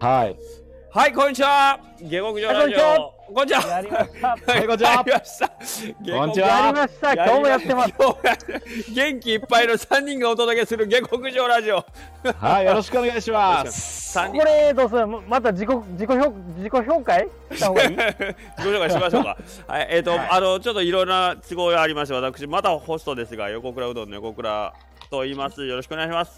はい。はい、こんにちは。下克上ラジオ。こんにちは。やりました。はい、こんにちは。やりました。こんにちやはりました。今日もやってます。今日やる元気いっぱいの三人がお届けする下克上ラジオ。はい、よろしくお願いします。三こ人。れどうする？また自己自己評自己評価した方 がいい？ご紹介しましょう か。はい、えっ、と、あの、ちょっといろんな都合がありまして、私、またホストですが、横倉うどんの横倉と言います。よろしくお願いします。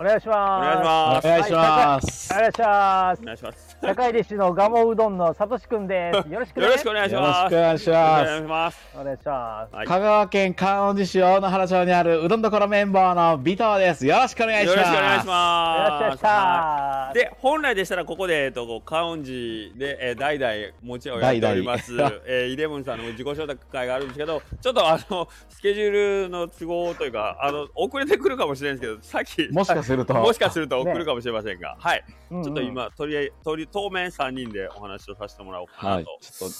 お願いしお願いしまおます。願いしますす。。お願いしますお。願いします。社会弟子のガモうどんのさとしくんです。よろしく、ね。よろしくお願いしよろしまくおす。よろし願いしくおま願いす。します。お願いします。はい香川県観音寺市大野原町にあるうどんどころ綿棒の尾藤です。よろしくお願いしよろしくます。お願いしお願いしまましす。はいた。で本来でしたらここで、えっと、観音寺で、えー代々餅屋をやっております代々 えーイレブンさんの自己紹介があるんですけどちょっとあの スケジュールの都合というかあの遅れてくるかもしれないんですけどさっきもしかすると。 もしかすると送るかもしれませんが、はい、うんうんちょっと今、とりあえず、とり当面3人でお話をさせてもらおうかは。ないとちょっ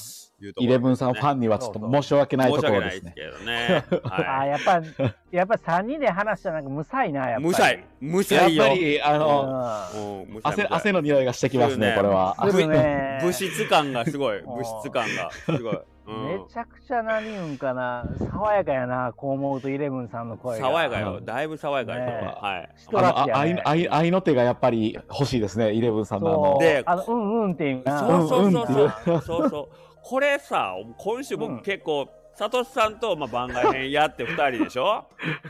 いうと、とイころ、レブンさんファンンにはちょっと申し訳ない 申としこ訳ろないでですすねけ。どね。 あーはやっぱやっぱ三人で話したらなんか無才なやい、っぱり。無才、無やっ才よ。ぱり、あの、ううん無才汗、無才汗の匂いがしてきますそうね、ねこれは。ん。ぶするね。物質感が すごい、物質感がすごい。めちゃくちゃ何言うんかな爽やかやなこう思うとイレブンさんのうん、声が爽やかうよ、んだいぶ爽やかよ、ねえはい。人あがの、あ愛の愛愛の手がやっぱり欲しいですね、イレブンさんのあそのう。であのうんうんっていうなそうそうそううんうんそうそうそうこれさ今週う僕ん結構、サトシさんと、まあ、番外編やって2人でしょ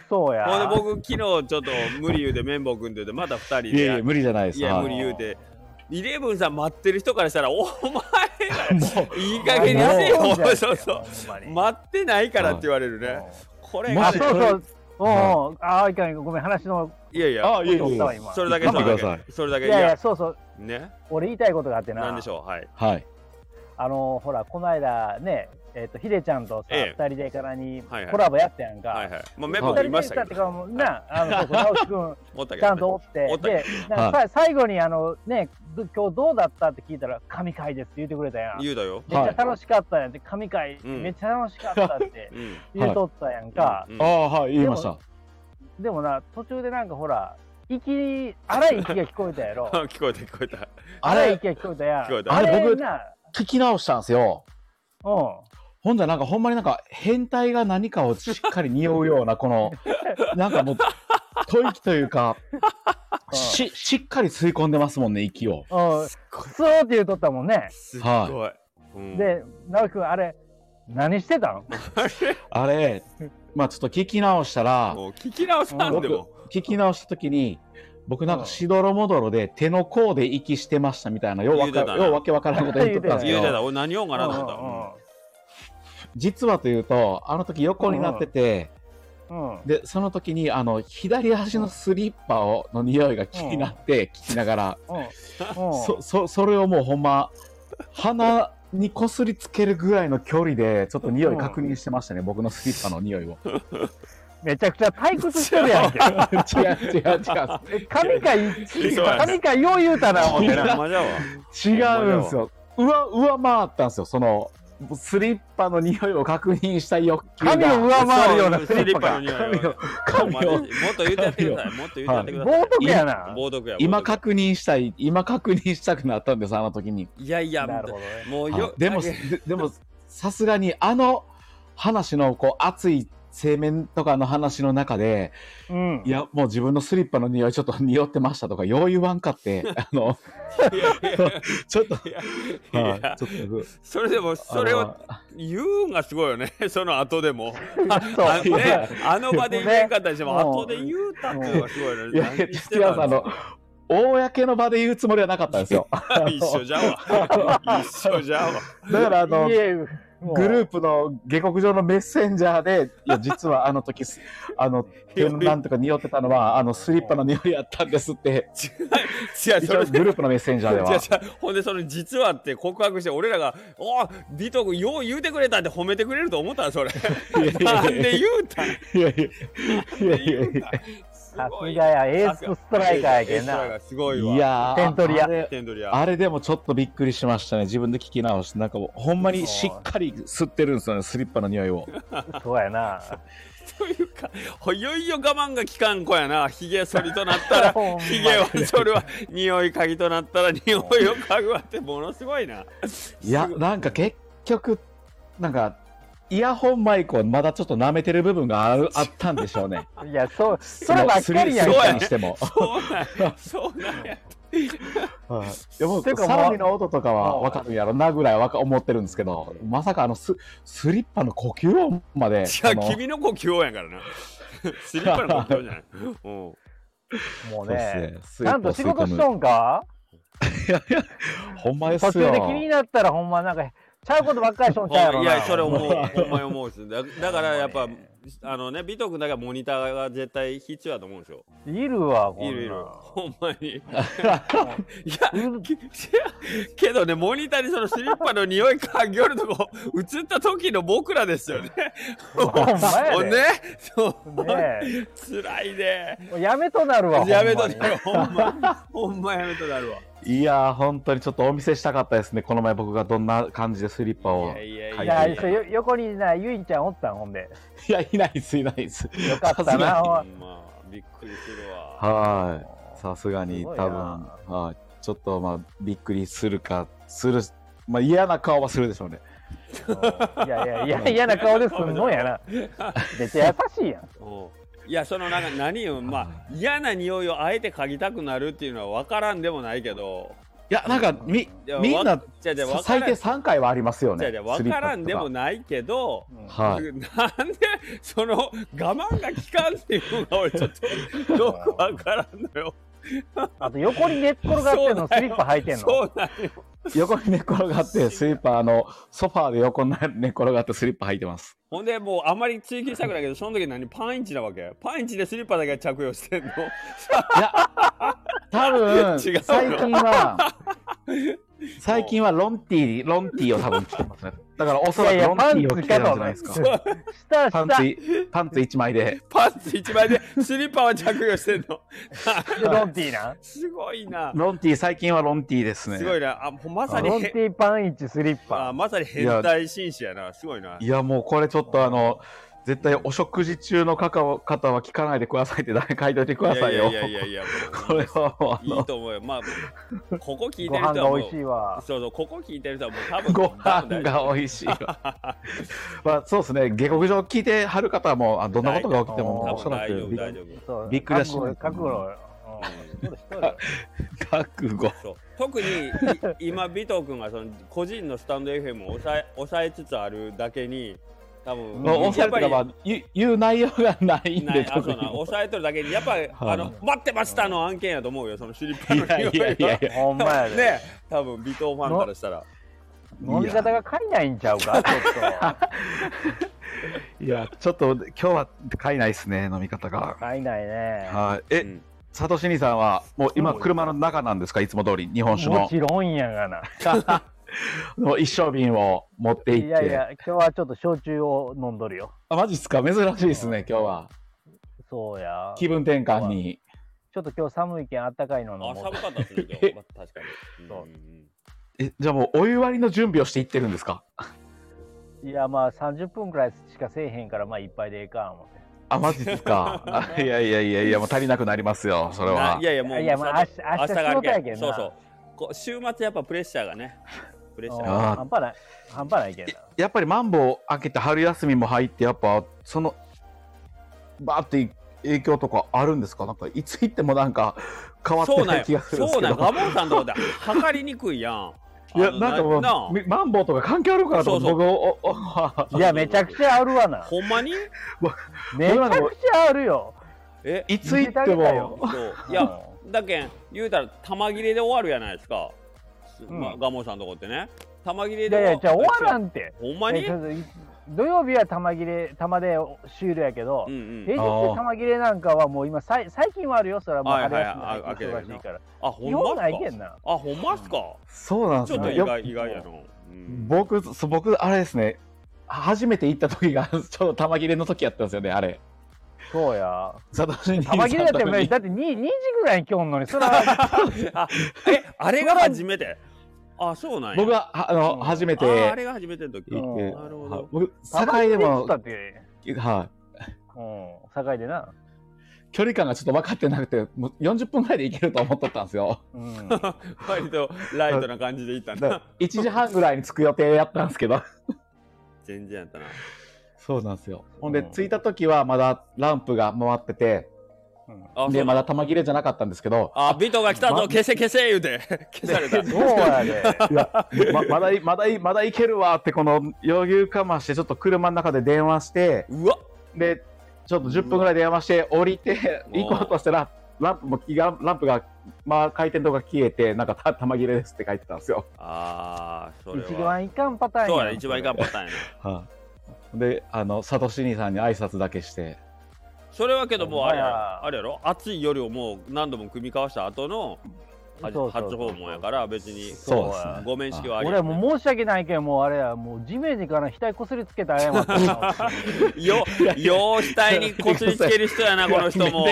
そうやほんで僕昨日ちょっと無理言うて綿棒君って言うてまた2人でいやいや、無理じゃないです。いやはい無理言うてイレブンさん待ってる人からしたらお前らもいい加減にせもようもうそうそうほんまに待ってないからって言われるねこれマがあジそうそうおうおうああいかんごめん話のいやいやあいえいえことだわ今それだけ言そってれだくださけそれだけいいやいややそうそうね俺言いたいことがあってななんでしょうはいはい。あのほらこの間ねえっとヒデちゃんとさええ二人でからにはいはいコラボやったやんはいかはいまあ二メボモ人言でいやまっしたたっけてどかもうなあのそうそう直樹 君思ったけちゃどんとおねっておったけどねでなんかさ最後にあのねど今日どうだったって聞いたら神回ですって言ってくれたやんめっ言うだよちゃ楽しかったやんって神回うんめっちゃ楽しかったってうん言うとったやんかうん ああ、はい、言いました。でもな途中でなんかほら息荒い息が聞こえた やろ聞こえた聞こえたあ荒いれ、息が聞こえたやん聞こえたあれあれ僕な聞き直したんですよ。うほんだらなんかほんまになんか変態が何かをしっかり匂うような、こ の、なんかもう、吐息というか、んし、しっかり吸い込んでますもんね、息を。うんうんスーって言うとったもんねすっごいうんで直樹君あれ何してたんあれ、まあちょっと聞き直したら、もう聞き直したん僕でも、聞き直した時に、僕なんうかんしどろもどろで手の甲で息してましたみたいな、ようわ言うてかたなようわけわからんこと言っとったんです言けうてど、た俺何言おうかなと思った実はというと、あの時横になってて、うん うんでその時にあの左足のスリッパをの匂いが気になって聞きながら、うんそそそれをもうほんま鼻にこすりつけるぐらいの距離でちょっと匂い確認してましたね、僕のスリッパの匂いをめちゃくちゃ退屈してる やんけ違う違うえ神回そうやな神回よう言うたな思っうん てほんなまじゃわ違う違うんですよ上上回ったんですよそのスリッパの匂いを確認した欲求神をが上回るようなスリッパそうスがリッパの匂いをほん神まにもをっと言うてやってくださいもっと言うてやってください冒涜やな冒涜や 今冒涜確認したい今確認したくなったんですあの時に。いやいやなるほどねもうよでも、あでげでも、さすがに、あの話の、こう、熱い製麺とかの話の中で、うんいや、もう自分のスリッパの匂いちょっと匂ってましたとか、よう言わんかって、あの、いやいやちょっと、いやはいちょっと、それでもそれをあ言うんがすごいよね その後でもそうあの,、ね、あの場で言えんかったりしてもね後で言うたっていうのがすごいよのねいや、何して月た山さん、あの、公の場で言うつもりはなかったんですよ。 一緒じゃ わ一緒じゃわだから、あのい、えもうグループの下克上のメッセンジャーで、いや、実はあの時、すあの、手のなんとか匂ってたのは、あの、スリッパの匂いやったんですって、違う違う一そ応れグループのメッセンジャーでは。違う違うほんでその実はって告白して俺らが「おおビト君よう言うてくれた」って褒めてくれると思ったんそれいやいやいやなんで言うたんいやいやいやいやいやさすがや、エースストライカーやけエースんストライカな。ーすごいわ。いやー点取り屋あれテンドリア。あれでもちょっとびっくりしましたね自分で聞き直してなんかもうほんまにしっかり吸ってるんですよねスリッパの匂いをそうやな。というか、いよいよ我慢が効かん子やな。ひげ剃りとなったら、 ほん まひげは剃るわ。匂い嗅ぎとなったら、匂いを嗅ぐわって、ものすごいな。いやすごなんか結局なんかイヤホンマイクをまだちょっと舐めてる部分があ るあったんでしょうねいや、そう、そればっかりやスリッそんうパやにしてもそうなんや。そう なんはや。いいやもうていうかサまラあミの音とかは分かるやろなぐらいわか思ってるんですけどまさかあのススリッパの呼吸音までいや、あの君の呼吸音やからな。 スリッパの呼吸音じゃ ない。うん。もうそうっすね。ねスちリッゃパんとを吸仕い込事むしとんかほんまです途よ中で気になったらほんまなんか、ちゃうことばっかりしとんちゃうやろいな。やそれ思うほんまに思うしだだからやっぱあのねビト君だけはモニターが絶対必要だと思うんでしょいるわ、こんないるいるほん まにいやうんけけどねモニターにそのスリッパの匂い嗅ぎよるとこ映った時の僕らですよねほんまやもうでねそうね辛いねえもうやめとなるわ。 やめとほんまなるにほんまほんまやめとなるわいやー本当にちょっとお見せしたかったですねこの前僕がどんな感じでスリッパをいやいやいはいいやや、そうよ横にな、ゆいちゃんおったん、ほんで。いやいないですいないですよかったさすが な、にほほんんまびっくりするわはいさすがにすご多いな分はいちょっとまあびっくりするかするまあ嫌な顔はするでしょうねいやいやいや、嫌な顔ですんのや な。めっちゃ優しいやん。いやそのなんか何よまあ嫌な匂いをあえて嗅ぎたくなるっていうのは分からんでもないけどいやなんかみいやみんなわじゃあじゃあ分か最ら低ん3回はありますよじゃねあじゃあ分からんでもスリッないけど、うんパとかはいなんでその我慢が効かんっていうのが俺ちょっとよく分からんのよあと横に寝っ転がってんの、スリッパ履いてんの。そうなんよ横に寝っ転がってスリッパあのソファーで横に寝っ転がってスリッパ履いてますほんでもうあんまり追求したくないけどその時何パンイチなわけパンイチでスリッパだけ着用してんのいや多分違う最の近 は最近はロンティーロンティーを多分着てますねだからおそらいくやいやロンティーを着てるんじゃないですパンツ着たとか思下、パン下。で、ツパンツ1枚でパンツ一枚でスリッパは着用してんのロンティーな。すごいなロンティー最近はロンティーですねすごいなあほんまさにロンティーパンイチスリッあパ。まさに変態紳士やな、すごいな。いやもうこれちょっとあの絶対お食事中の方は方は聞かないでくださいって誰か書いといてくださいよいやいやいやいや、もうこれはもうあいいのと思うよ。まあ、ここ聞いてごる人はもう、飯が美味しいわ。そうそう、ここ聞いてる人はもう多分、ご飯多分大丈夫が美味しいわ まあそうですね下克上聞いてはる方はもうあどんなことが起きても大お多そら分大丈く夫、大丈夫。そうびっくりだし覚悟覚悟よ。うんそうしとるよ覚悟そう特にい今、尾藤君がその個人のスタンド FM を抑え抑えつつあるだけに、多分まあおそやらっぱくりがまあ言う言う内容がないんなでいあ特そうなに抑えとるだけに、やっぱり、あの待ってましたの案件やと思うよ、そのシリッパいのやいやい やいやほんまやで。ね、多分尾藤ファンからしたら。飲み方が足りないんちゃうか、ちょっいやちょっと今日は買えないですね飲み方がと。足りな いね。はいえ、うんサトシ兄さんはもう今車の中なんですかいつも通り日本酒ものちろんやがな。もう一升瓶を持って行っていやいや、今日はちょっと焼酎を飲んどるよ。あマジっすか珍しいですね今日はそうや。気分転換にちょっと今日寒いけんあったかいの飲あ、も寒う。かったですね、今え日。まあ確かに。そううんうんえじゃあもうお湯割りの準備をしていってるんですかいやまあ30分くらいしかせえへんからまあいっぱいでええか思って。あマジですか あいやいやいやいやもう足りなくなりますよそれなはいやいや、もう、いやまあ明日明日がある仕事やけんなそうそう。こう週末やっぱプレッシャーがね。プレッシャーあが。ー半端ない半端ないけんな。やっぱりマンボウ開けて春休みも入ってやっぱそのバーって影響とかあるんですかなんかいつ行ってもなんか変わっそてうななんいよ気がするんですそうけなんよどガモンさんのとこで測りにくいやん。いやあのなんかもななうみマンボウとか関係あるからとそうそう僕をおおいやめちゃくちゃあるわな。ほんまにめちゃくちゃあるよ。えいつ行ってもそう。いや、だけん、言うたら玉切れで終わるやないですか。うんまあガモンさんのとこってね。玉切れいでやいやじゃあ終わらん。んて。ほんまえにちょっとい土曜日は玉切れ玉でシュールやけど、うんうん。平日で玉切れなんかはもう今さい最近はあるよそれはもうはい春はい休あみ明け明け忙てるしいから。あ、ほ日んま本っないけすんか。な。あ、ほんまっすか。そうなんでちすょっとね意やっ外、意外やな。うん僕そう 僕あれですね初めて行った時がちょうど玉切れの時やったんですよねあれそうや。ザダシに玉切れだって、ザダシにだって 2, 2時ぐらいに今日のに、それ は、 あえあれが初めてあそうなんや僕ははあうのん初めてああれが初めての時行かって、なるほはいど 僕玉切堺でれっつもったって、はいうん、境でな。距離感がちょっと分かってなくてもう40分ぐらいで行けると思っとったんですようん。割とライトな感じで行っただからな1時半ぐらいに着く予定やったんですけど全然やったなそうなんですよほんうでん着いた時はまだランプが回っててうんあそでうまだ玉切れじゃなかったんですけど あビトが来たぞま消せ消せ言う て消された そうやで。いやままだいまだいまだいけるわってこの余裕かましてちょっと車の中で電話してうわでちょっと10分ぐらい電話して降りてうん行こうとしたらランプも気がランプが、まあ、回転とか消えてなんかた玉切れですって書いてたんですよ。あーそれ一は番いかんパターンやそうやね一番いかんパターンやなはいであのサトシ兄さんに挨拶だけしてそれはけどもうあれやほんまやろあれやろ暑い夜をもう何度も組み交わした後のそ初うそうそう初訪問やから別にそうですそうやねご面識はあり俺はもう申し訳ないけん、もうあれや、もう地面にから額こすりつけて謝ったな よ、よう額にこすりつける人やな、この人 も。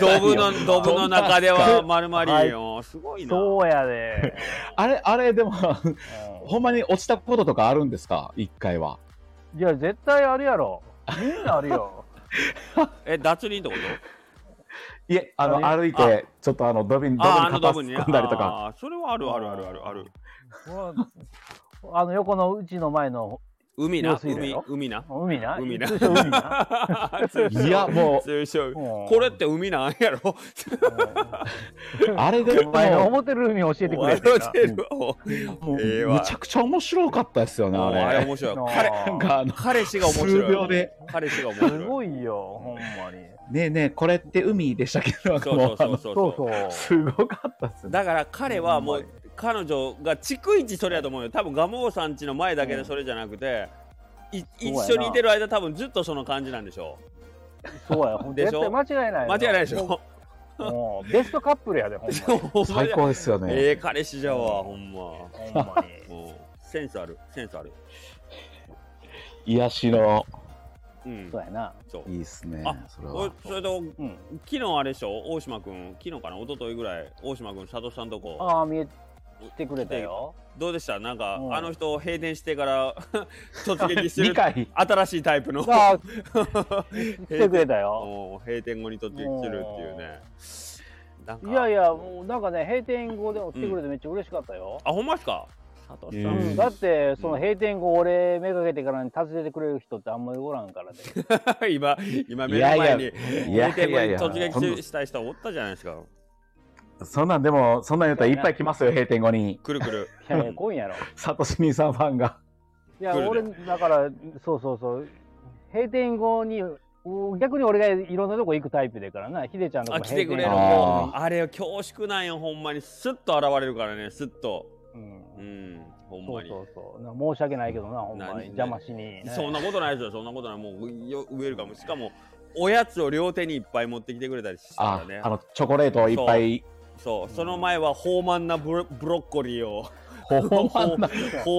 ドブの、ドブの中では丸まりよ。すごいな。そうやで。あれあれでも うんほんまに落ちたこととかあるんですか一回はいや、絶対あるやろ。みんなあ るよ。え、脱輪ってこといえあのあ歩いてちょっとあのドビンドブにああ、あ片のド足ブにね。突っ込んだりとかああ、それはあるあるあるあるある。あの横のうちの前の海な、用水路海よ、海な。海な。海な通称海 な。いやもう通称うんこれって海なんやろ あれでおも前の思ってる海教えてくれって笑ってるわもうええわむちゃくちゃ面白かったですよねもうああれれ面白い。なんな。かあの 彼氏が面白い。数秒で彼氏が面す白い。ごいよ、ほんまに。ねえねえこれって海でしたっけどそうもそううあそうのそうそう。そうそ う。すごかったっすねだから彼はもううん彼女が逐一それやと思うよ多分ガモーさんちの前だけでそれじゃなくて、い一そ緒うやなにいてる間多分ずっとその感じなんでしょそうや、ほんで絶しょ対間違いなうい。間違いないでし。ょもうベストカップルやで、ほん まに。ほんま最や高ですよね、ええ彼氏じゃわほんまもほんまに。うセンスあるセンスある癒しのうんそうやな。そういいっすねあそれおはそれとうん。昨日あれでしょ大島君昨日かな一昨日ぐらい大島君佐藤さんとこああ、見えてくれたよ。どうでしたなんか、うんあの人閉店してから 突撃す2る回新しいタイプのああ、来てくれたよ。もう閉店後に突撃するっていうね。なんかいやいや、もうなんかね、閉店後でも来てくれてめっちゃ嬉しかったよ。あ、ほんまですか佐藤さ。うんんうんだって、その閉店後、俺、目がけてからに訪ねてくれる人ってあんまりおらんから で。今、今目いのやい前やにいや閉いや店い後やに突撃したい人おったじゃないですか。そんなんでもそんなん言ったらいっぱい来ますよ閉店後にくるくる。いやいや、来ん やろ。サトシ兄さんファンがいや、来る俺、だから、そうそうそう。閉店後に、お逆に俺がいろんなとこ行くタイプでからな、ヒデちゃんとかあ、来てくれるあーもう。あれ、恐縮なんよ、ほんまに。スッと現れるからね、スッと。ううんん、ほんそまうに。そうそう。な申し訳ないけどな、ほんま何に。邪魔しに。 そんなことないですよ、そんなことない。もう、よウェルカム。しかも、おやつを両手にいっぱい持ってきてくれたりしたからあねあ。のチョコレートをいっぱいそう、その前は豊満なブロブロッコリーを。ほんまな豊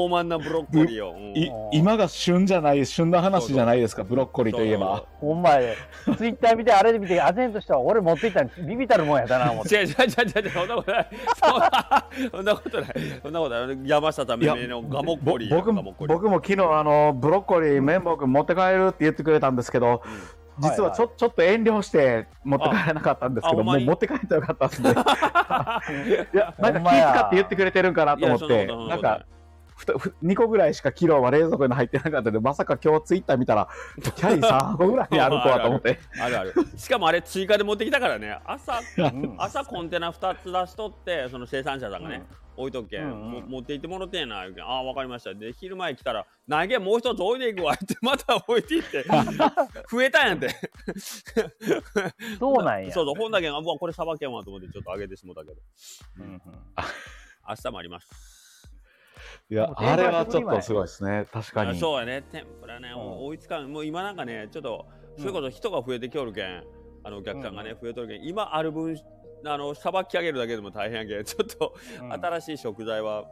満なブロッコリーを。うんい今が旬じゃない旬な話じゃないですかブロッコリーといえばほんまやで。ツイッター見て、あれ見て、唖然としたわ俺持っていったのビビたるもんやだ な、思って。違う違う違う違うそんなことないそんなことないそんなことない山下さんめめのガモッコリー僕ガモッコリー僕も昨日あのブロッコリー綿棒君持って帰るって言ってくれたんですけど、ん実はちょ,、ちょっと遠慮して持って帰らなかったんですけああどほんまもうに持って帰ってよかった ですねいやなんかほん気まや使って言ってくれてるんかないとや思そっんなてことないなんか2個ぐらいしか昨日は冷蔵庫に入ってなかったのでまさか今日ツイッター見たらキャリー3個ぐらいあるとはと思 ってあるあるしかもあれ追加で持ってきたからね朝うん朝コンテナ2つ出しとってその生産者さんがね、置いとくけん、うんうんも持って行ってもろてえな言うけんああ分かりましたで昼前来たら「投げもう一つ置いていくわ」ってまた置いていって増えたんやってそうなんや。そうそう本だけんあうわこれさばけんわと思ってちょっと上げてしもたけどうんうん明日もありますいやあれはちょっとすごいですね確かあにそうやね天ぷらね、うん追いつかんもう今なんかねちょっとうんそれこそ人が増えてきおるけん、あのお客さんがね、増えとるけん今ある分あのさばき上げるだけでも大変やけ んちょっと、うん新しい食材は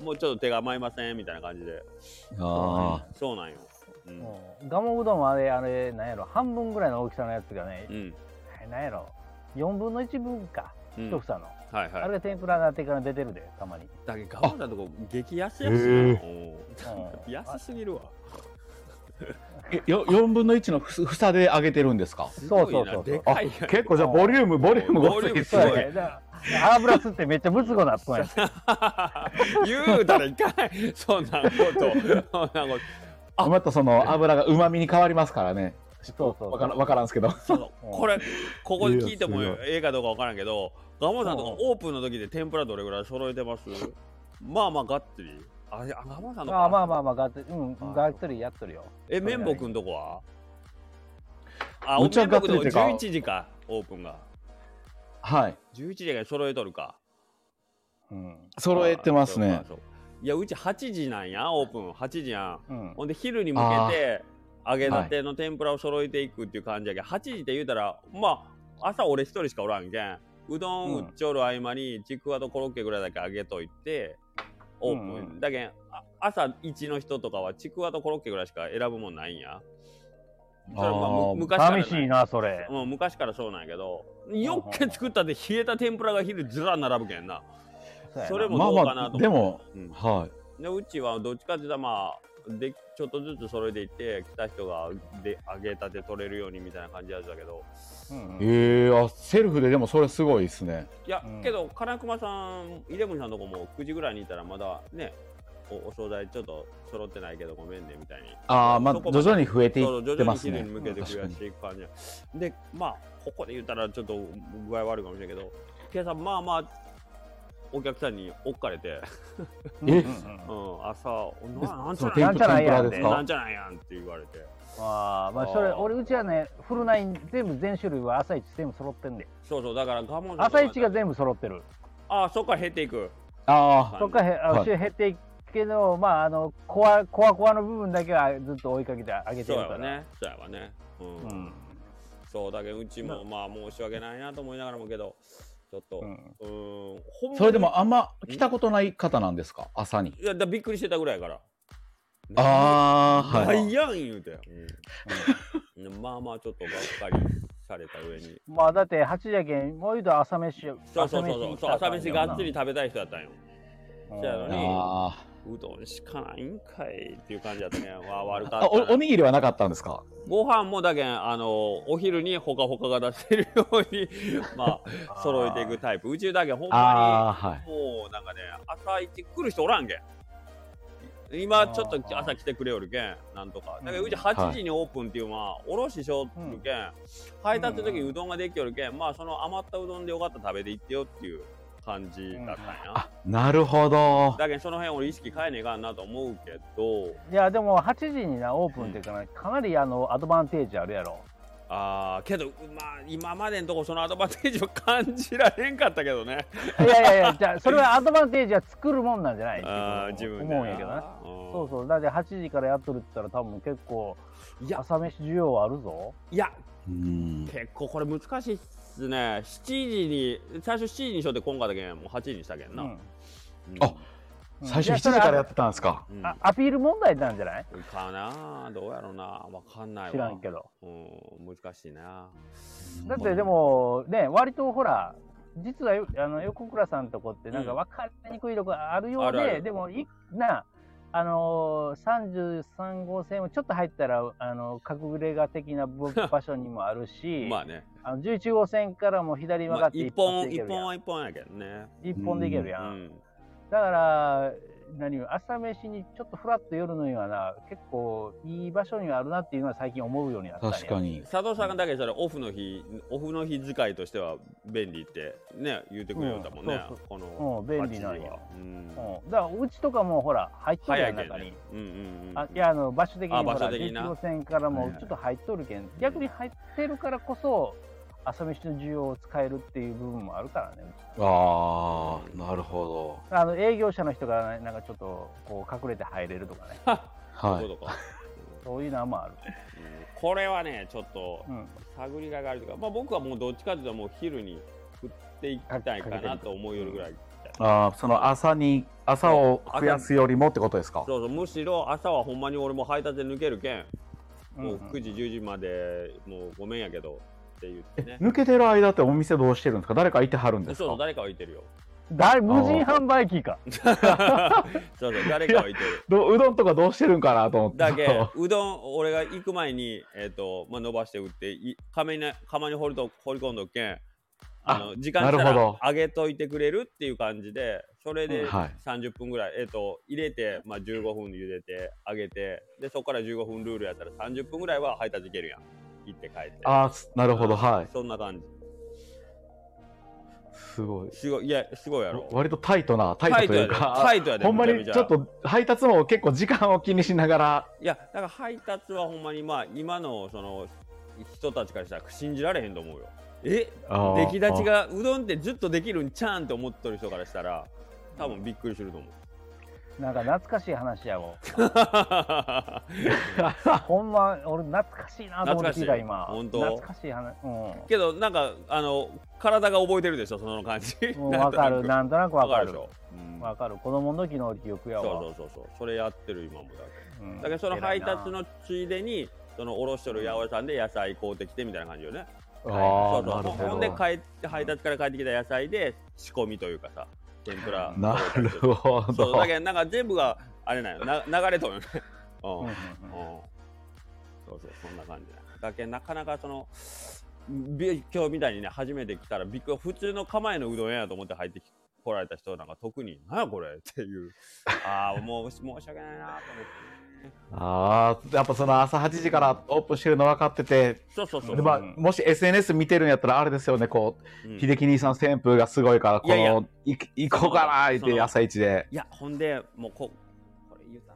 んもうちょっと手が甘いませんみたいな感じであーそうなんようんもうガモうどんはあれあれなんやろ半分ぐらいの大きさのやつがね、うんなんやろ4分の1分かうん一房の、はいはいあれが天ぷらになってから出てるでたまに、だけどガムだとこ激安やしへーおーうん安すぎるわえよ4分の1のふ房で上げてるんですかすそごういそうなそうでかいやん結構じゃあボリュームボリュームごついですそうそうボリュームすごねいやねだから油吸ってめっちゃぶつごなっぽいやつ言うたらいかないそんな ことそんなことまたその油がうまみに変わりますからねそうそうわからんわからんすけどそううんこれここで聞いてもいやすごええかどうかわからんけどガモさんとかオープンの時で天ぷらどれぐらい揃えてますまあまあがっつりあれあガモさんのああまあまあまあがっつりうんがっつりやっとるよえ綿棒くんとこはあむちゃ綿が棒っつくりんのてか11時かオープンがはい11時が揃えとるかうん揃えてますあーねそうかそういやうち8時なんやオープン8時やんうんほんで昼に向けて揚げたての天ぷらを揃えていくっていう感じやけど、8時って言うたらまあ朝俺一人しかおらんけんうどんう売んっちょる合間にちくわとコロッケぐらいだけ揚げといてオープン、うんうんだけんあ朝1の人とかはちくわとコロッケぐらいしか選ぶもんないんやそれはまああーむ昔からな寂しいなそれうん、昔からそうなんやけどよっけ作ったで冷えた天ぷらが昼ずら並ぶけんなうやなそれもまあどうかなまあと思ってでもうんはでうちはどっちかっていうとまあでちょっとずつ揃えていって来た人がで揚げたて取れるようにみたいな感じやつだけどうんいうんえー、あセルフででもそれすごいですねいや、うんけど金熊さんイレブンさんのとこも9時ぐらいにいたらまだねおお惣菜ちょっと揃ってないけどごめんねみたいにああまあそこ徐まで々に増えてそうい徐って々まにす昼ねに向けて増やしていく感じや、でまあここで言ったらちょっと具合悪いかもしれんけど今朝まあまあお客さんに追っかれて、えうんうんうん、朝おでななんちそゃのらや天ぷ天ぷらんぷですえなかんちゃらやんって言われてあーまああーそれ俺うちはねフルナイン全部全種類は朝一全部揃ってんでそうそうだから我慢朝一が全部揃ってるああそっから減っていくあそっからへあはいの減っていくけどまああのコアコアコアの部分だけはずっと追いかけてあげてそうるやかわらねそうやわねうん、うんそうだけどうちもまあ申し訳ないなと思いながらもけどちょっとううんーんほんまにあそれでもあんま来たことない方なんですか朝にいやだびっくりしてたぐらいやからああなはいいやん言うて、うんまあまあちょっとがっかりされた上にまあだって8時やけんもう言うと朝飯そうそうそうそうそう朝飯がっつりり食べたい人だったんようんそうやろねあうどんしかないんかいっていう感じだったねわあ悪ーかあったなおおにぎりはなかったんですかご飯もだけんあのお昼にほかほかが出してるようにまあ揃えていくタイプ宇宙だけんほんまああーはいにもうなんかね朝一来る人おらんけん今ちょっあーと朝来てくれよるけんなんとかだけどうんうち8時にオープンっていうのはおろししょるけん、配達の時にうどんができよるけんまあその余ったうどんでよかったら食べていってよっていう感じだったんや、あなるほどだけどその辺俺意識変えねえかんなと思うけどいやでも8時になオープンっていうかなかなりあのアドバンテージあるやろああけどまあ今までのとこそのアドバンテージを感じられんかったけどねいやいやいや じゃあそれはアドバンテージは作るもんなんじゃないあーって自いう分で思うんやけどなあーそうそうだって8時からやっとるって言ったら多分結構いや朝飯需要はあるぞいやうん結構これ難しいっすね7時に最初7時にしようって今回だけんもう8時にしたけんな、うんうんあうん最初7いや時からやってたんですかうそれんあアピール問題なんじゃないかなどうやろうなわかんないわ知らんけどうん難しいなだってでもね割とほら実はよあの横倉さんとこってなんかうん分かりにくいとこあるようで、あるあるでもいなあのー、33号線をちょっと入ったらあの隠れ家的なぶ場所にもあるし、 まあね、あ、の11号線からも左曲まがあっ、て一一本本で一行けるや本んは一本やけんね一本で行けるや、うんんだから何よ朝飯にちょっとふらっと夜のような結構いい場所にはあるなっていうのは最近思うようになったんや確かに佐藤さんだけそれオフの日オフの日使いとしては便利ってね言うてくれよったもんね、うんそうこうのん便利なん8時やはうんうん、だからうちとかもほら入っとる早やいんけど中に、ねうんうんうんあいやあの場所的にあほ場ら所的にな路線からはいもはいちょっと入っとるけん、逆に入ってるからこそ朝飯の需要を使えるっていう部分もあるからねうちああなるほあの営業者の人がなんかちょっとこう隠れて入れるとかねどはそういいうことか、そういうのはまあある、うんこれはねちょっとうん、探りがいがあるというか、まあ、僕はもうどっちかというともう昼に食っていきたいかなと思うよりぐらいあーその朝に朝を増やすよりもってことですかそうそうむしろ朝はほんまに俺も配達で抜けるけんもう9時、10時まで、もうごめんやけどって言ってね。抜けてる間ってお店どうしてるんですか誰かいてはるんそ でうすかそう、誰かはいてるよ。 だい無人販売機か。そうそう、誰かはいてる。どうどんとかどうしてるんかなと思ってだ け、うどん、俺が行く前に、えっ、と、まあ、伸ばして売って、い釜にね、釜に掘ると、掘り込んどっけん。あの、時間したなるらほど、あげといてくれるっていう感じで、それでうんはい30分ぐらい、えっ、と、入れて、まあ、15分茹でて、あげて、で、そこから15分ルールやったら、30分ぐらいは配達いけるやん。行って帰って。ああなるほどはいそんな感じ。すごいすごい、いや、すごいやろ。割とタイトなタタイイトとトいやうで。かタイトやで。ほんまめにちちゃょめゃっと配達も結構時間を気にしながらいや、だから配達はほんまに、まあ、今のその人たちからしたら信じられへんと思うよ。えあー出来立ちがうどんってずっとできるんちゃうんって思っとる人からしたら、多分びっくりすると思う。 なんか懐かしい話やもあほんま、俺懐かしいなと思って聞懐かいたしい今。本当懐かしい話。うん。けど、なんか、あの、体が覚えてるでしょ、その感じ。もうわか る、ななんとなくわわかかるでしる。ょ。うんわかる、子供の時の記憶やそうわ。そうそうそう、それやってる今もだけど。うんだけど、その偉配いな達のついでに、そのおろしとる八百屋さんで野菜買うてきてみたいな感じよね。そあうそうなるほほんでど帰って配達から帰ってきた野菜で仕込みというかさ天ぷらなるほそうどだけどなんか全部があれなんよな流れとんよねうん、うんううんん、うんそうそうそんな感じだけどなかなかそのび今日みたいにね初めて来たらびっくり普通の構えのうどん屋やと思って入ってき来られた人なんか特に「なやこれ」っていうああもう申し訳ないなと思ってああやっぱその朝8時からオープンしてるの分かっててそうそうそう、でまあうんもし SNS 見てるんやったらあれですよねこううん秀樹兄さん旋風がすごいからこいやいやのい行こうかなーっそての朝一で いや、ほんで、もうこ、これ言うた。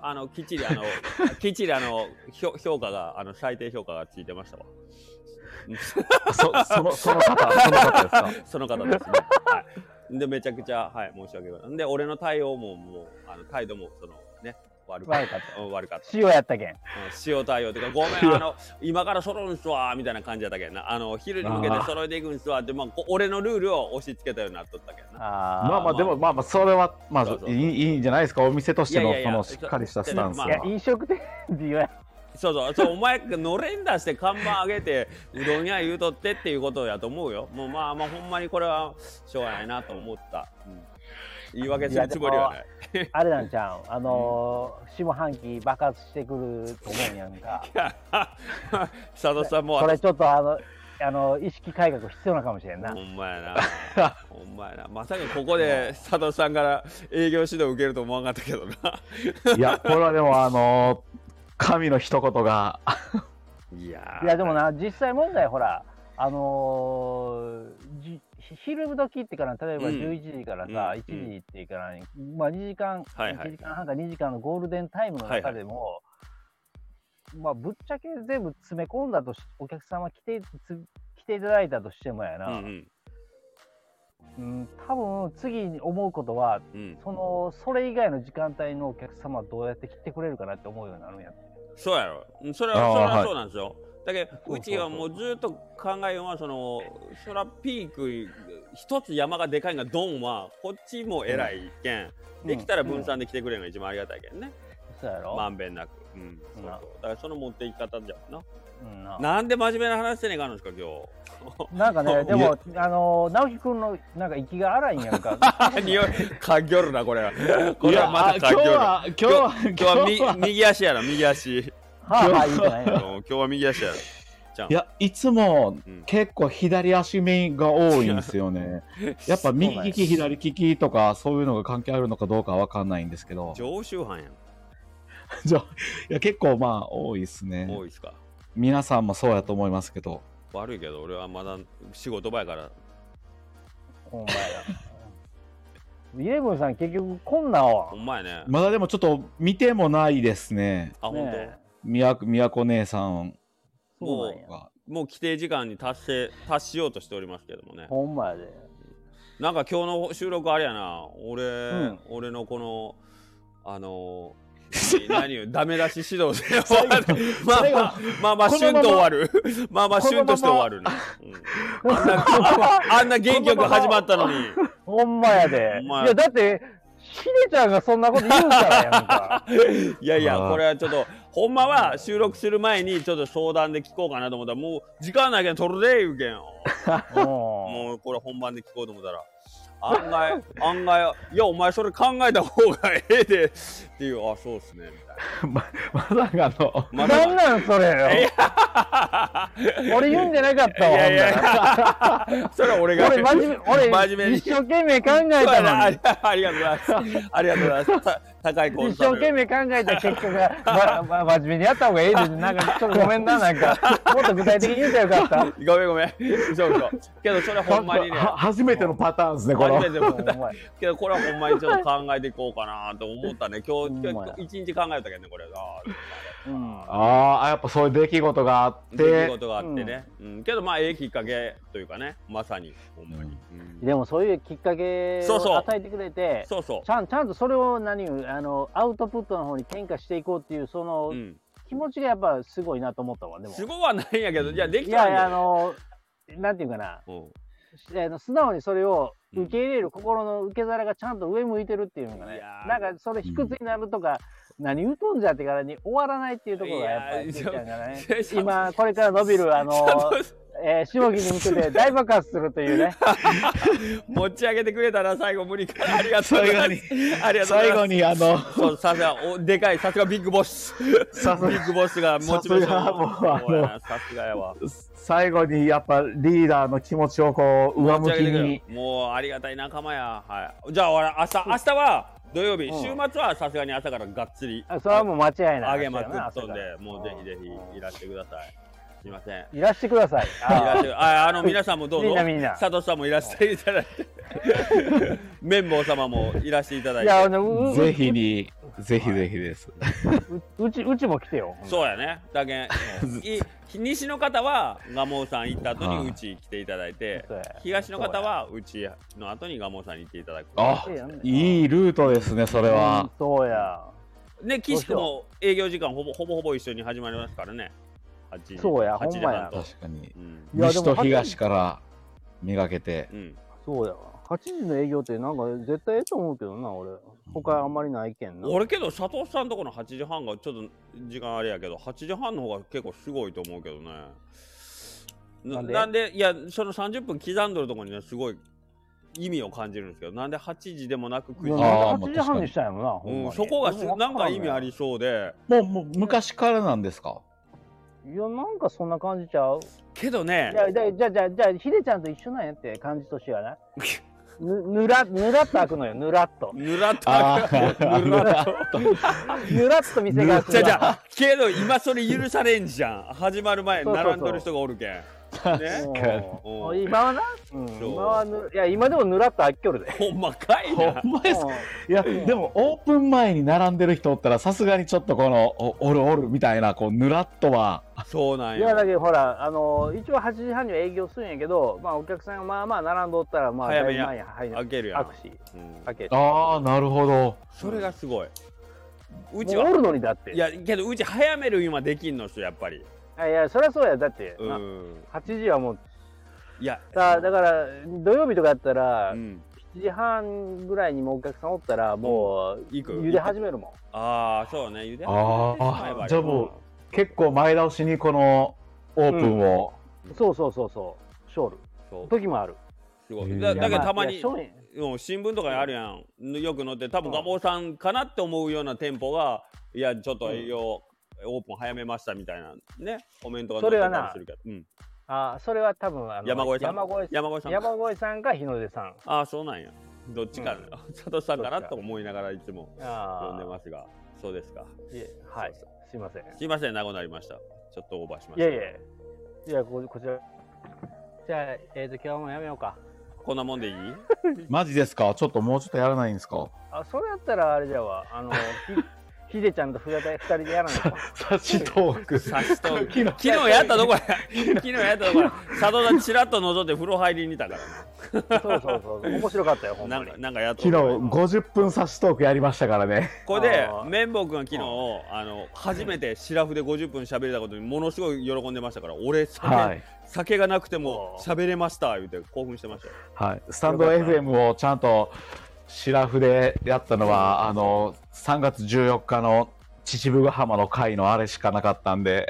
あの、きっちり、あの、 きっちり、あの、評評価が、あの、最低評価がついてましたわ。そそのその方その方です かその方ですね。はい。で、めちゃくちゃ、はい、申し訳ない。んで、俺の対応も、もう、あの、態度も、その、ね、悪かっ。悪かったうん悪かった。塩やったけん。うん塩対応 とか、ごめん、あの、今から揃うんすわ、みたいな感じやったけんな。あの、昼に向けて揃えていくんすわって、まあ、こ俺のルールを押し付けたようになっとったけんな。あまあまあでもまあまあそれはまそうずそういいいいんじゃないですかお店としていのやいやそいやのしっかりしたスタンスまあはあ。いや、飲食店で言わそうそうそうお前がのれん出して看板上げてうどん屋言うとってっていうことやと思うよもうまあまあほんまにこれはしょうがないなと思った、うん言い訳するつもりはない あれなんちゃうあのー下半期爆発してくると思うんやんか。 佐藤さんもそれちょっとあの、あの、意識改革必要なかもしれんなほ。んまやなほんまやなまさかここで佐藤さんから営業指導受けると思わなかったけどないやこれはでもあのー神の一言がいやいーや、でもな、実際問題ほら、あのーじ昼時ってから、例えばうん11時からさ、うん1時ってから、まあ2時間、はいはい1時間半か2時間のゴールデンタイムの中でも、まあ、ぶっちゃけ全部詰め込んだとし、お客様来て、つ来ていただいたとしてもやな、ううんん多分次に思うことは、うんうんその、それ以外の時間帯のお客様はどうやって来てくれるかなって思うようになるんやって。そうやろうんそれあはーそれははいそうなんですよ、だけそうそどううちはもうずっと考えようはそのそらピーク一つ山がでかいがドンはこっちも偉いけん、できたら分散で来てくれるのが一番ありがたいけんねうん、そうやろ、まんべんなく、うん、そううんそうだからその持っていき方じゃんなうんななんで真面目な話してねえかんのですか今な んかね、でいやも、あのー、直樹君の、なんか息が荒いんやん か。日匂いかぎょるなこれはこれはまたいやかぎょるあ今日は今今日日はは今日はみ右足やな右足はあ、はあ、いいじゃないうんの。今日は右足やなじゃんいやいつもうん結構左足目が多いんですよねやっぱ右利き左利きとかそういうのが関係あるのかどうかわかんないんですけど常習犯やんじゃあいや結構まあ多いですね多いっすか皆さんもそうやと思いますけど悪いけど俺はまだ仕事場やからほんまや。イレブンさん、結局、こんなんはほ。んまやね、まだでもちょっと見てもないですねあ本当、ね宮宮子姉さんそうなんや。がもう規定時間に達成達しようとしておりますけどもねほんまやで。なんか今日の収録あれやな俺、ん俺のこのあのー何よダメ出し指導で終わるまあ最後まあまあまあこシのュンままと終わるまあまあこシのまュンまとして終わるな、うんあんなあんなあんな元気よく始まったのに ほんまやほで。んいまやや、だって、ひでちゃんがそんなこと言うからや んか。 いやいや、あーこれはちょっと、ほんまは収録する前に、ちょっと商談で聞こうかなと思ったら、もう時間ないけん、取るで、言うけん。 ももうこれ本番で聞こうと思ったら、案外、案外、いや、お前それ考えた方がええで、っていう、あ、そうっすね、みたいまさかの、うな。まだなんなんそれよ。俺言うんじゃなかったわ。いやいやいほんならや、それは俺が。俺真面目、真面目俺に一生懸命考えたのに。 ありがとうございます。ありがとうございますた。高いコー一スタ生懸命考えた結果 が、ま、ま、真面目にやった方がええで、なんかちょっとごめんな、な んか。もっと具体的に言うたらよかった。ごめんごめん。嘘嘘。けどそれほんま にね。は初めてのパターンですね、こ初の。めてももうお前けどこれはほんまにちょっと考えていこうかなと思ったね。今日、ほんま今や日一日考えたけどね、これ。あーうんああ、やっぱそういう出来事があっっていうてこ、とがあってね。うん。けどまあ、ええきっかけというかね、まさに、ほんまに。うんでもそういうきっかけそうそうを与えてくれて、そうそ。ちゃんちゃんとそれを何あのアウトプットの方に転化していこうっていうそうのうん。気持ちがやっぱすごいなと思ったわでもすごはないんやけど、いや、できいたんやいだやよ。あのなんていうかなうんしあの素直にそれをうん受け入れる心の受け皿がちゃんと上向いてるっていうのがいねやーなんかそれ卑屈になるとか、何言うとんじゃってからに終わらないっていうところがやっぱいやりーちゃんがねいやちょ今これから伸びるあのえー、下着に向けて大爆発するというね持ち上げてくれたら最後無理か。ありがとうございます。ありがとうござ最います後。にあの、そう、さすが、お、でかい、さすがビッグボス。ビさすッグボスがモチベーショさすン。がもうあのそうやなさすがやわ。最後にやっぱリーダーの気持ちをこう、上向きに。もう、ありがたい仲間や。はい。じゃあ、俺、明日、明日は土曜日、うん週末はさすがに朝からがっつり。あそれはもう間違いない あげまくっとん朝からで、もうぜひぜうんひいらしてください。すいません。いいらしてください。らしてあああの皆さんもどうぞみんなみんな佐藤さんもいらしていただいて 綿棒様もいらしていただーいいや、あてのうぜひに、ぜひぜひです。ううちうちも来てよ。そうやねだ けんい西の方は蒲生さん行った後はいにうち来ていただいて そうや東の方はうちの後に蒲生さんに行っていただくあいいやん、いいルートですね、それは。そうや。ね岸君も営業時間ほぼほぼほぼ一緒に始まりますからね8時そうや8時ほんまや半と確かに。うんいやで西もと東から磨けて。うんそうや。8時の営業ってなんか絶対ええと思うけどな、俺。他あんまりないけんな。俺けど佐藤さんとこの8時半がちょっと時間あれやけど8時半の方が結構すごいと思うけどねななんでなんでいやその30分刻んどるとこにねすごい意味を感じるんですけどなんで8時でもなく9時いやでもあなくーなんで8時半にしたんやもんな、ほんまうん、にそこがすなんか意味ありそうでもう、もう昔からなんですかいや、なんかそんな感じちゃう。けどねじゃあ、じゃあ、じゃあ、じゃあ、じゃあヒデちゃんと一緒なんやって、感じとしてはな。ぬぬらぬらっと開くのよ、ぬらっと。ぬらっとあーぬらっとぬらっと店が開くじゃあじのゃ あけど今それ許されんじゃん始まる前そうそうそう並んどる人がおるけん ね確かに。もううん今はな、うんそう今はぬいや今でもぬらっと飽きょるで。ほんまかいほなんまですかいや、でもオープン前に並んでる人おったら、さすがにちょっとこの、おおるおるみたいな、こう、ぬらっとは。そうなんいやだやけどほらあの一応8時半には営業するんやけど、まあお客さんがまあまあ並んどったらまあ早めやだいぶ前に入開けるや開んくし、うん開ける。ああ、なるほど。それがすごいうちもうおはるのにだって。いやけどうち早める今できんのっすよやっぱりあいやそりゃそうやだって。うなん8時はもういやだだから土曜日とかやったら、うん7時半ぐらいにもうお客さんおったらもう行く茹で始めるもん。ああそうねゆであー始めてしまえばじゃあもう結構前倒しにこのオープンを。うんそうそうそうそう。ショールそう時もある。すごいうんだだけどたまいにやまあいやショールうん新聞とかにあるやん、よく載って多分うん蒲生さんかなって思うような店舗がいやちょっと営業、オープン早めましたみたいなねコメントが載ってたりするけど、うん、あそれは多分あの山越えさん山越え山越さん山越さんか日の出さん。ああそうなんやどっちか、 佐藤さんかなと思いながらいつもあ読んでーますがそうですかいえはい。すいません。すいません長くなりましたちょっとオーバーしまいしたやいや。いや、ここちら。じゃあ、えっ、と、今日はもうやめようか。こんなも んでいいマジですかちょっともうちょっとやらないんですかあ、それやったらあれじゃわ。あの、ひひでちゃんとふやた二人でやらないと。サチトーク。差しと昨日昨日やったとこや昨日やったとこや佐藤さんちらっと覗いて風呂入りにいたから そうそうそう。面白かったよ、ほんなまなんにか。なんかやっと昨日50分サチトークやりましたからね。これであー綿棒君が昨日あの初めてシラフで50分喋れたことにものすごい喜んでましたから俺酒,、はい。酒がなくても喋れました言うて興奮してましたよはい。スタンド FM をちゃんとシラフでやったのは、あの、3月14日の秩父ヶ浜の会のあれしかなかったんで、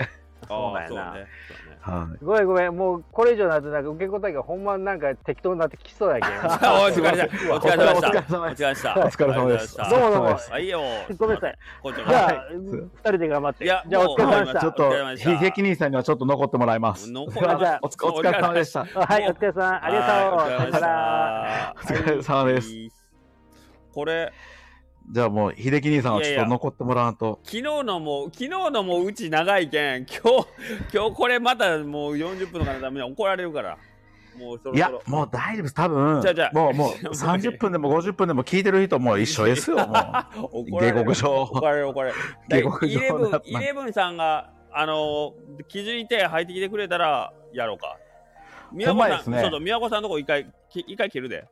そうなんやあーなそうねそうはねいごめんごめん、もうこれ以上なるとなんか受け答えがほんまなんか適当になってきそうやけおど。 疲れ様でした。お疲れ様でした。お疲れ様でした。お疲れ様ですお疲れどうそう様もどうもで。すはいよ。ごめんなさい。こんにちは。じゃあ、は2人で頑張って。いやじゃあ、おもう疲れ様でし。ちょったとお疲れ様でした悲劇兄さんにはちょっと残ってもらいます。残らなおつお疲れ様でした。はい、お疲れさん。ありがとう。はいお疲お疲れ様でしれ様です。これじゃあもう、秀樹兄さんはちょっと残ってもらわんと。昨日のも昨日のもうち長いけん今日今日これまたもう40分のために怒られるからもうそろそろいや、もう大丈夫です。多分じゃあじゃあもう、もうじゃあ30分でも50分でも聞いてる人も一緒ですよ、もう。 怒られ下る克上怒。られる怒られる下克イレ上ブだンイレブンさんがあのー気づいて入ってきてくれたらやろうか宮ほんま古でさすん、ねそうそう宮古さんのとこ一回き一回切るで